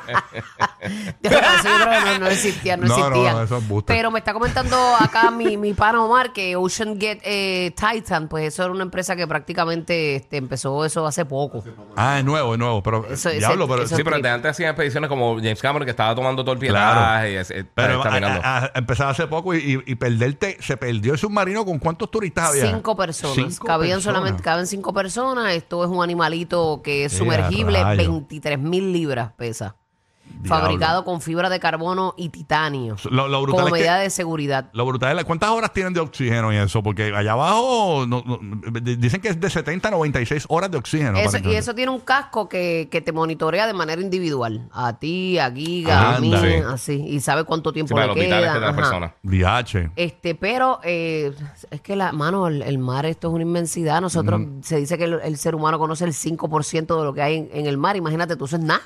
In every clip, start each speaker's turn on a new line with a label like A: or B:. A: Yo creo que eso yo creo que no, no existía, no,
B: No, no,
A: existía.
B: no, eso es embuste.
A: Pero me está comentando acá mi, mi pana Omar que Ocean Get eh, Titan, pues eso era una empresa que prácticamente este, empezó eso hace poco.
B: Ah, es nuevo, es nuevo. Pero,
A: Eso- ese-
B: diablo, pero,
A: eso-
C: Sí, pero
A: trip.
C: antes hacían expediciones como James Cameron que estaba tomando todo el
B: Claro.
C: pietaje y eh,
B: pero a-
C: caminando.
B: a- a- empezaba hace poco y, y- y perderte, se perdió el submarino con cuántos turistas había.
A: Cinco personas.
B: Cinco
A: Cabían
B: personas.
A: solamente, caben cinco personas. Esto es un animalito que es
B: ¡Eh, a
A: sumergible,
B: rayos!
A: 23 mil libras pesa.
B: Diablo.
A: Fabricado con fibra de carbono y titanio.
B: Lo, lo brutal
A: como
B: es que-
A: medida de seguridad.
B: lo brutal es la- ¿Cuántas horas tienen de oxígeno y eso? Porque allá abajo no- no- di- dicen que es de 70 a 96 horas de oxígeno.
A: Eso- y
B: aparentemente.
A: eso tiene un casco que, que te monitorea de manera individual. A ti, a Giga, a mí,
B: Anda. Sí.
A: así. Y sabe cuánto
C: Sí,
A: tiempo le
C: para los
A: queda.
C: hospitales de la
A: ajá.
C: persona.
B: DH.
A: Este, pero eh, es que la mano, el, el mar, esto es una inmensidad. Nosotros se dice que el, el ser humano conoce el 5% de lo que hay en, en el mar. Imagínate, tú eso es nada.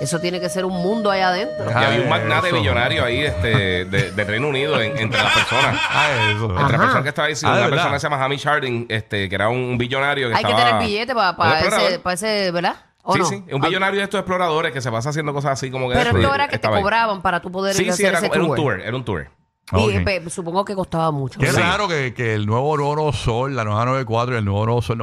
A: Eso tiene que ser un mundo allá adentro.
C: Y había un magnate
B: eso.
C: billonario ahí este, de, de Reino Unido en- entre las personas.
B: Ah, eso.
C: Entre
A: Ajá.
C: las personas que estaba diciendo,
B: Ah, ¿de
C: una
B: verdad?
C: persona que se llama Hamish Harding, este, que era un billonario. Que
A: Hay que
C: estaba-
A: tener billete para
C: Un
A: ese,
C: explorador.
A: pa' ese, ¿verdad? ¿O
C: sí,
A: no?
C: sí, un billonario de estos exploradores que se pasa haciendo cosas así como que.
A: Pero
C: de-
A: esto era que te
C: estaba ahí.
A: cobraban para tú poder ir
C: Sí,
A: a
C: sí,
A: hacer
C: era,
A: ese
C: era un
A: tour.
C: tour, era un tour.
A: Y eh,
B: Ok.
A: pe- supongo que costaba mucho.
B: Qué
A: ¿no?
B: raro que, que el nuevo Nuevo Sol, la nueva 94 y el nuevo Nuevo Sol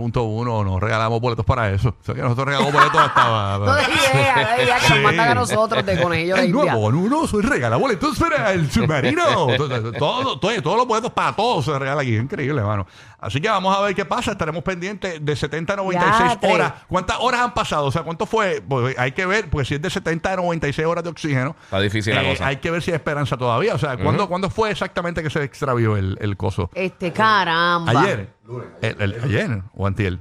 B: 97.1 nos regalamos boletos para eso. O sea, que nosotros regalamos boletos hasta...
A: No de idea, no de idea que nos
B: Ah. Sí.
A: matan a nosotros de conejillos de
B: El
A: India.
B: nuevo Nuno soy regala boletos para el submarino. Todo- todo- todo- todos los boletos para todos se regala aquí. Increíble, hermano. Así que vamos a ver qué pasa. Estaremos pendientes de 70 a 96
A: Yatre.
B: horas. ¿Cuántas horas han pasado? O sea, ¿cuánto fue? Pues hay que ver, porque si es de 70 a 96 horas de oxígeno. eh,
C: Está difícil la cosa.
B: Hay que ver si hay esperanza todavía. O sea, ¿cuándo, ¿cuándo fue exactamente que se extravió el, el coso?
A: Este, caramba.
B: ¿Ayer? El- el- ¿Ayer o antier?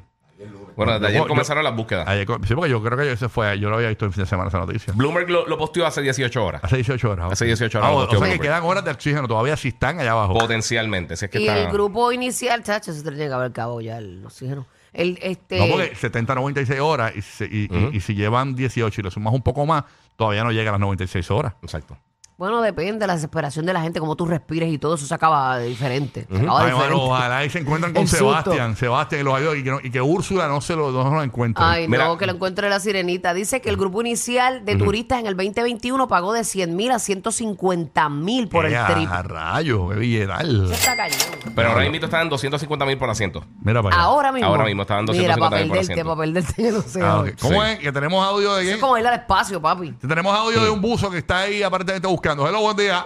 C: Bueno, desde ayer
B: Yo-
C: comenzaron las búsquedas.
B: Ayer, sí, porque yo creo que ese fue, yo lo había visto en fin de semana esa noticia.
C: Bloomberg lo, lo posteó hace 18 horas.
B: Hace 18 horas. ok.
C: Hace 18 horas,
B: Ah, o- o, sea
C: hostia,
B: que
C: Bloomberg.
B: quedan horas de oxígeno todavía si están allá abajo.
C: Potencialmente. Si es que
A: Y
C: está-
A: el grupo inicial, chacho, se te llega al cabo ya el oxígeno. El, este,
B: No, porque 70, 96 horas y, se- y- y- y si llevan 18 y le sumas un poco más, todavía no llega a las 96 horas.
C: Exacto.
A: Bueno, depende de la desesperación de la gente, cómo tú respires y todo eso se acaba diferente. Se acaba
B: Ay,
A: Ah, diferente.
B: mano, ojalá y se encuentran con
A: El susto.
B: Sebastián, Sebastián y los ayuda y que, no- y que Úrsula no se lo, no se lo encuentre.
A: Ay,
C: Mira.
A: no, que lo encuentre la sirenita. Dice que el grupo inicial de turistas en el 2021 pagó de 100 mil a 150 mil por
B: Ea,
A: el trip.
B: a rayos, qué billetal.
A: Eso está cañón.
C: Pero ahora mismo están en 250 mil por asiento.
B: Mira para allá.
A: Ahora mismo.
C: Ahora mismo está dando
A: Mira, para
C: 150.000 por
A: perderte,
C: ciento.
A: para perderte, yo no sé.
B: Ah, ok. ¿Cómo
C: Sí.
B: es? Que tenemos audio de
A: Eso es
B: quién?
A: como ir al espacio, papi.
B: Que Tenemos audio de un buzo que está ahí aparentemente buscando. Hello, buen
A: Uh,
B: día.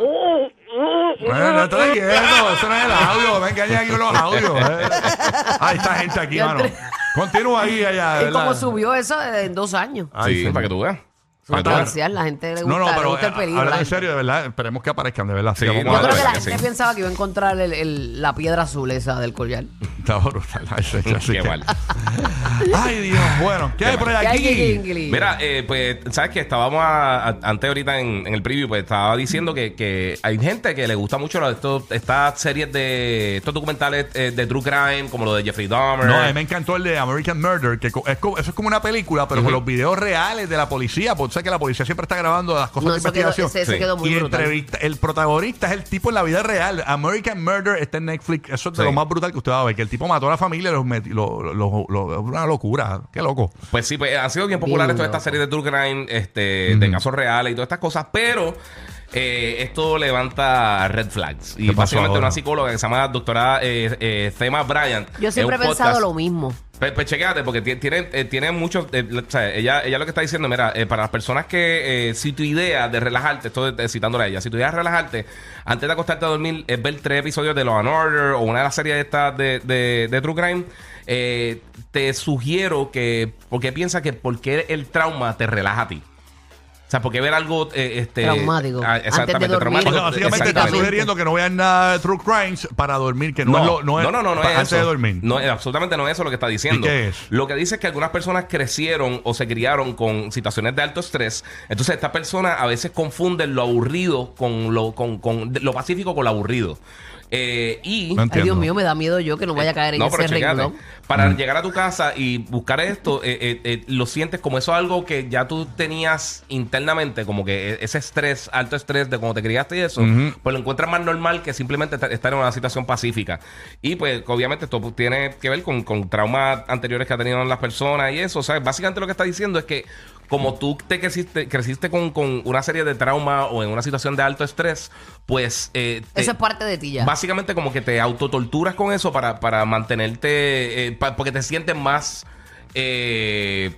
B: Bueno, no estoy viendo, eso no es el audio, me engañan aquí con los audios. eh. Ay, esta gente aquí, mano. Continúa ahí allá.
A: Es como
B: ¿verdad?
A: subió eso de- en dos años.
B: Ay,
C: sí,
B: señor.
C: para que tú veas. Para que tú veas.
A: Potencial, la gente le gusta,
B: pues No, no,
A: le
B: pero
A: gusta el
B: eh,
A: peligro.
B: hablando
A: la
B: en
A: gente.
B: serio, de verdad, esperemos que aparezcan, de verdad.
C: Sí,
B: Sigamos
C: no,
A: Yo
B: adelante.
A: creo que la
C: que
A: gente
C: sí.
A: pensaba que iba a encontrar el- el- la piedra azul esa del collar.
B: está brutal. Así
C: Mm, Qué
B: que-
C: mal.
B: Ay, Dios. Bueno, ¿qué hay por ahí
A: ¿Qué hay,
B: aquí?
A: Kikingli?
C: Mira, eh, pues, ¿sabes que Estábamos a- a- antes ahorita en, en el preview, pues estaba diciendo que, que hay gente que le gusta mucho la- estos- estas series de estos documentales eh, de True Crime, como lo de Jeffrey Dahmer.
B: No, a mí me encantó el de American Murder, que co- es co- eso es como una película, pero con los videos reales de la policía, porque tú sabes que la policía siempre está grabando las cosas
A: No,
B: de
A: eso quedó,
B: investigación.
A: ese, ese
C: Sí.
A: quedó muy
B: y
A: brutal.
B: entrevista, el protagonista es el tipo en la vida real. American Murder está en Netflix. Eso es de
C: Sí.
B: lo más brutal que usted va a ver. Que el tipo mató a la familia, los meti- lo- lo- lo- lo- una locura. Qué loco.
C: Pues sí, pues han sido bien populares
A: Bien
C: todas estas series de True Crime, este, de casos reales y todas estas cosas, pero eh, esto levanta red flags. Y
B: ¿Qué pasó
C: básicamente
B: ahora?
C: una psicóloga que se llama doctora eh, eh, Thema Bryant.
A: Yo
C: en
A: siempre he
C: un
A: pensado
C: podcast-
A: lo mismo.
C: pues, pues chequéate, porque ti- tiene, eh, tiene muchos. eh, o sea, ella, ella lo que está diciendo, mira, eh, para las personas que eh, si tu idea de relajarte, estoy eh, citándola a ella, si tu idea es relajarte, antes de acostarte a dormir, es ver tres episodios de Law and Order o una de las series estas de, de, de True Crime. eh, te sugiero que. Porque piensa que porque el trauma te relaja a ti. O sea, porque ver algo eh, este,
A: Traumático.
C: ah,
A: Antes de
C: exactamente,
B: O
A: dormir.
C: traumático.
B: sea, básicamente está
C: exactamente.
B: sugiriendo que no vean nada de True Crimes para dormir, que no, es lo- no es
C: no, no, no, no es
B: para- antes
C: eso.
B: de dormir.
C: No, eh, absolutamente no es eso lo que está diciendo.
B: ¿Y qué es?
C: Lo que dice es que algunas personas crecieron o se criaron con situaciones de alto estrés. Entonces, estas personas a veces confunden lo aburrido con lo, con, con- de- lo pacífico con lo aburrido. Eh, y.
B: No entiendo. Eh,
A: Ay, Dios mío, me da miedo yo que no vaya a caer en
C: No, pero
A: ese
C: chequéate.
A: renglón.
C: Para llegar a tu casa y buscar esto, eh, eh, eh, lo sientes como eso algo que ya tú tenías internamente, como que eh, ese estrés, alto estrés de cuando te criaste y eso, pues lo encuentras más normal que simplemente estar- estar en una situación pacífica. Y pues obviamente esto pues, tiene que ver con, con traumas anteriores que ha tenido las personas y eso. O sea, básicamente lo que está diciendo es que como tú te creciste, creciste con, con una serie de traumas o en una situación de alto estrés, pues... eh, te-
A: Eso es parte de ti ya.
C: Básicamente como que te autotorturas con eso para, para mantenerte, eh, pa- porque te sientes más eh,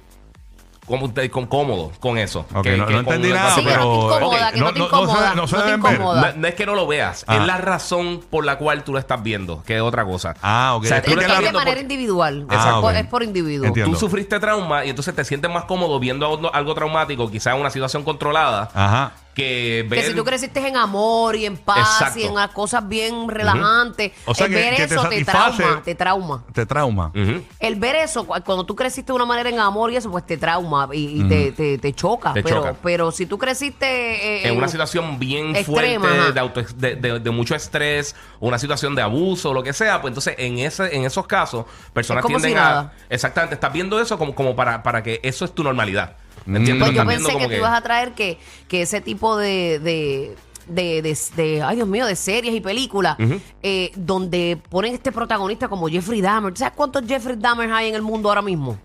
C: como, te- con- cómodo con eso.
B: Ok,
C: Que-
B: no,
C: que
B: no
C: con
B: entendí
C: el
B: nada,
A: Sí, que no te
B: pero.
A: incomoda,
B: Ok,
A: que no te
B: se-
A: incomoda,
B: no se
A: no te
B: deben ver.
A: incomoda.
C: No, no es que no lo veas,
B: Ah.
C: es la razón por la cual tú lo estás viendo, que es otra cosa.
B: Ah, ok.
C: O sea,
B: Tú
C: tú lo
A: Es
B: te
A: es
C: estás
A: de
C: viendo
A: manera
C: porque-
A: individual.
B: Ah,
A: Es por-
B: ok.
A: Es por individuo.
B: Entiendo.
C: Tú sufriste trauma y entonces te sientes más cómodo viendo algo- algo traumático, quizás una situación controlada,
B: Ajá.
C: que ver...
A: Que si tú creciste en amor y en paz
C: Exacto.
A: y en unas cosas bien relajantes,
B: O sea,
A: el
B: que-
A: ver
B: que te
A: eso te,
B: satisface.
A: trauma, te trauma.
B: Te trauma.
C: Ujú.
A: El ver eso, cu- cuando tú creciste de una manera en amor y eso, pues te trauma y, y te, te- te choca.
C: Te
A: pero,
C: choca.
A: pero si tú creciste eh,
C: en una situación bien
A: Extrema, ajá.
C: fuerte de, auto- de- de- de mucho estrés, una situación de abuso, lo que sea, pues entonces en ese en esos casos personas
A: Es como
C: tienden
A: si
C: a
A: nada.
C: exactamente estás viendo eso como como para para que eso es tu normalidad. ¿Entiendes? Lo
A: Pues yo
C: estás viendo
A: pensé que
C: como
A: tú ibas a traer que, que ese tipo de, de, de, de- de- ay Dios mío, de series y películas, eh, donde ponen este protagonista como Jeffrey Dahmer. ¿Tú ¿Sabes cuántos Jeffrey Dahmer hay en el mundo ahora mismo?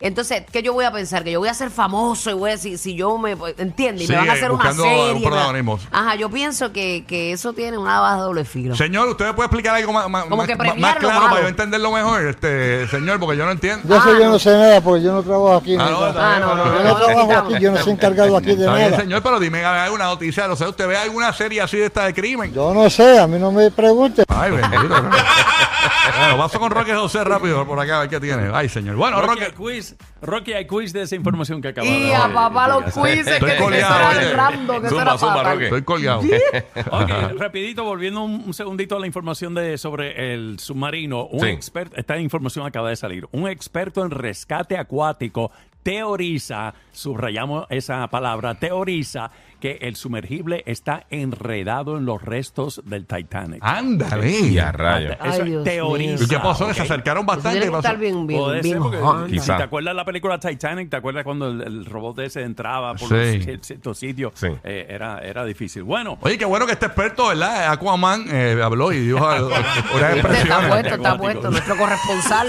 A: Entonces, ¿qué yo voy a pensar? Que yo voy a ser famoso y voy a decir, si yo me, entiende, y
B: Sí,
A: me van a
B: eh,
A: hacer una
B: buscando
A: serie.
B: un
A: me van-
B: protagonismo.
A: Ajá, yo pienso que, que eso tiene una baja doble filo.
B: Señor, ¿usted me puede explicar algo más, más-
A: Como
B: más-
A: que
B: más- más
A: premiar lo
B: claro
A: malo.
B: para yo entenderlo mejor, este señor? Porque yo no entiendo.
C: Ah,
D: Yo sé, yo no sé nada porque yo no trabajo aquí. en
B: Ah,
D: el
B: no,
D: banco.
B: está bien,
A: no,
B: no,
A: no,
D: yo
B: no,
D: no
B: no.
D: trabajo aquí, yo no soy encargado aquí de
B: Está bien,
D: nada.
B: señor, pero dime alguna noticia. No sé, usted ve alguna serie así de esta de crimen.
D: Yo no sé, a mí no me pregunten.
B: Ay, bendito. bueno, paso con Roque José rápido por acá a ver qué tiene. Ay, señor. Bueno,
E: Rocky
B: Roque.
E: al quiz, Rocky al quiz de esa información que acabas de
A: Y a
E: dar.
A: papá los quizzes
B: Estoy
A: que, que
B: colgado,
A: eso era
B: oye.
A: random, que eso
C: Zumba,
A: era
C: zumba,
A: fatal.
C: Roque.
B: Estoy colgado.
E: Ok, rapidito, volviendo un, un segundito a la información de sobre el submarino. Un
C: Sí.
E: experto, esta información acaba de salir. Un experto en rescate acuático teoriza, subrayamos esa palabra, teoriza que el sumergible está enredado en los restos del Titanic.
C: que- Y a
B: Ándale.
C: rayos.
E: Eso es
A: Ay, Dios
E: teoriza.
B: Ah, ¿Y qué pasó? Se
E: ¿ok?
B: acercaron
A: Eso
B: bastante.
A: tiene
B: ¿Qué
A: Pues que
B: pasó?
A: estar bien, bien,
E: Puede
A: bien.
E: ser, porque
A: hot.
E: si
C: Quizá.
E: te acuerdas la película Titanic, ¿te acuerdas cuando el, el robot ese entraba por
B: Sí.
E: cier- ciertos sitios?
C: Sí.
E: Eh, era, era difícil. Bueno,
B: Oye, qué bueno que este experto, ¿verdad? Aquaman eh, habló y dijo al- unas
A: Este está puesto,
B: expresiones.
A: está puesto. Nuestro corresponsal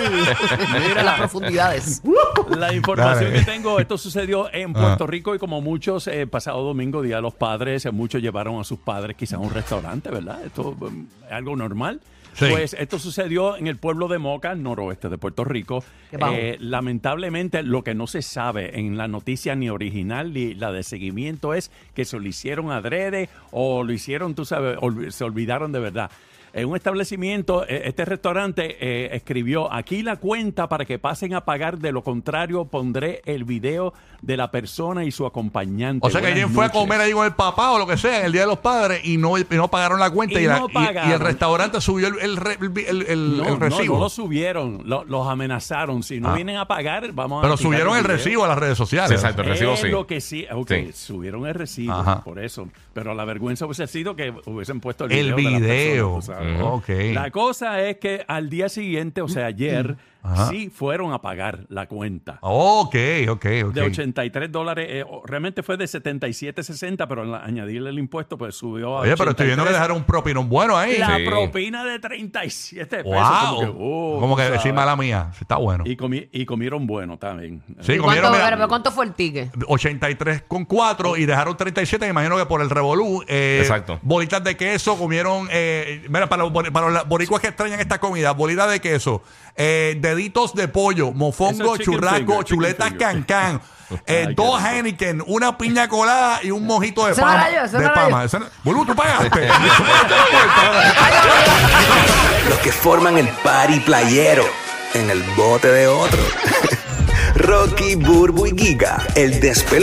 A: mira las profundidades.
E: la información
B: Dale. Ah.
E: que tengo, esto sucedió en Puerto Rico y como muchos, eh, pasado domingo, Día de los Padres, eh, muchos llevaron a sus padres quizá a un restaurante, ¿verdad? Esto um, es algo normal.
B: Sí.
E: Pues esto sucedió en el pueblo de Moca, al noroeste de Puerto Rico.
A: Qué bajo.
E: Eh, lamentablemente, lo que no se sabe en la noticia ni original ni la de seguimiento es que se lo hicieron adrede o lo hicieron, tú sabes, ol- se olvidaron de verdad. en un establecimiento, eh, este restaurante eh, escribió aquí la cuenta para que pasen a pagar, de lo contrario pondré el video de la persona y su acompañante.
B: O sea que
E: Buenas
B: alguien fue a
E: noches.
B: comer ahí con el papá o lo que sea, el día de los padres, y no, y no pagaron la cuenta.
E: Y
B: Y, la-
E: no
B: y-
E: pagaron.
B: y el restaurante subió el, el re- el- el- el
E: No, no,
B: recibo.
E: no lo subieron, lo- los amenazaron. Si no
B: Ah.
E: vienen a pagar, vamos a.
B: pero
E: quitar
B: subieron el
E: video.
B: recibo a las redes sociales.
C: Sí, exacto. El recibo
E: Es
C: sí.
E: lo que sí, ok,
C: Sí.
E: subieron el recibo,
B: Ajá.
E: por eso. Pero la vergüenza hubiese sido que hubiesen puesto el
B: El
E: video. de la
B: video.
E: persona, tú sabes.
B: Mm, ok.
E: La cosa es que al día siguiente, o sea, ayer,
B: Ajá.
E: sí fueron a pagar la cuenta.
B: Ok, ok, ok.
E: De 83 dólares, eh, o- realmente fue de 77.60, pero al añadirle el impuesto, pues subió a.
B: Oye, pero estoy viendo que
E: 83.
B: dejaron un propinón bueno ahí.
E: La
C: Sí.
E: propina de 37 pesos.
B: Wow.
E: Como que, oh,
B: Como
E: tú
B: que, sí,
E: sabes.
B: mala mía. Sí, Está bueno.
E: Y, comi- y comieron bueno también.
B: Sí,
A: ¿Y
B: comieron
A: ¿Cuánto,
B: mira,
A: pero ¿Cuánto fue el ticket?
B: 83 con 4 y dejaron 37. Me imagino que por el revolú. eh,
C: Exacto.
B: Bolitas de queso comieron. eh, mira, para los, bori- para los boricuas que extrañan esta comida, bolitas de queso, eh, deditos de pollo, mofongo,
E: Eso es chicken
B: churrasco,
E: finger, chicken
B: chuletas
E: finger.
B: cancán, eh,
E: Ay, qué
B: dos
E: rico.
B: Heineken, una piña colada y un mojito de
A: Eso no
B: pama.
A: era yo, eso
B: de
A: no era
B: pama.
A: yo.
B: Eso no- Boludo, tú pagaste.
F: Los que forman el party playero en el bote de otro. Rocky, Burbu y Giga, el despelote.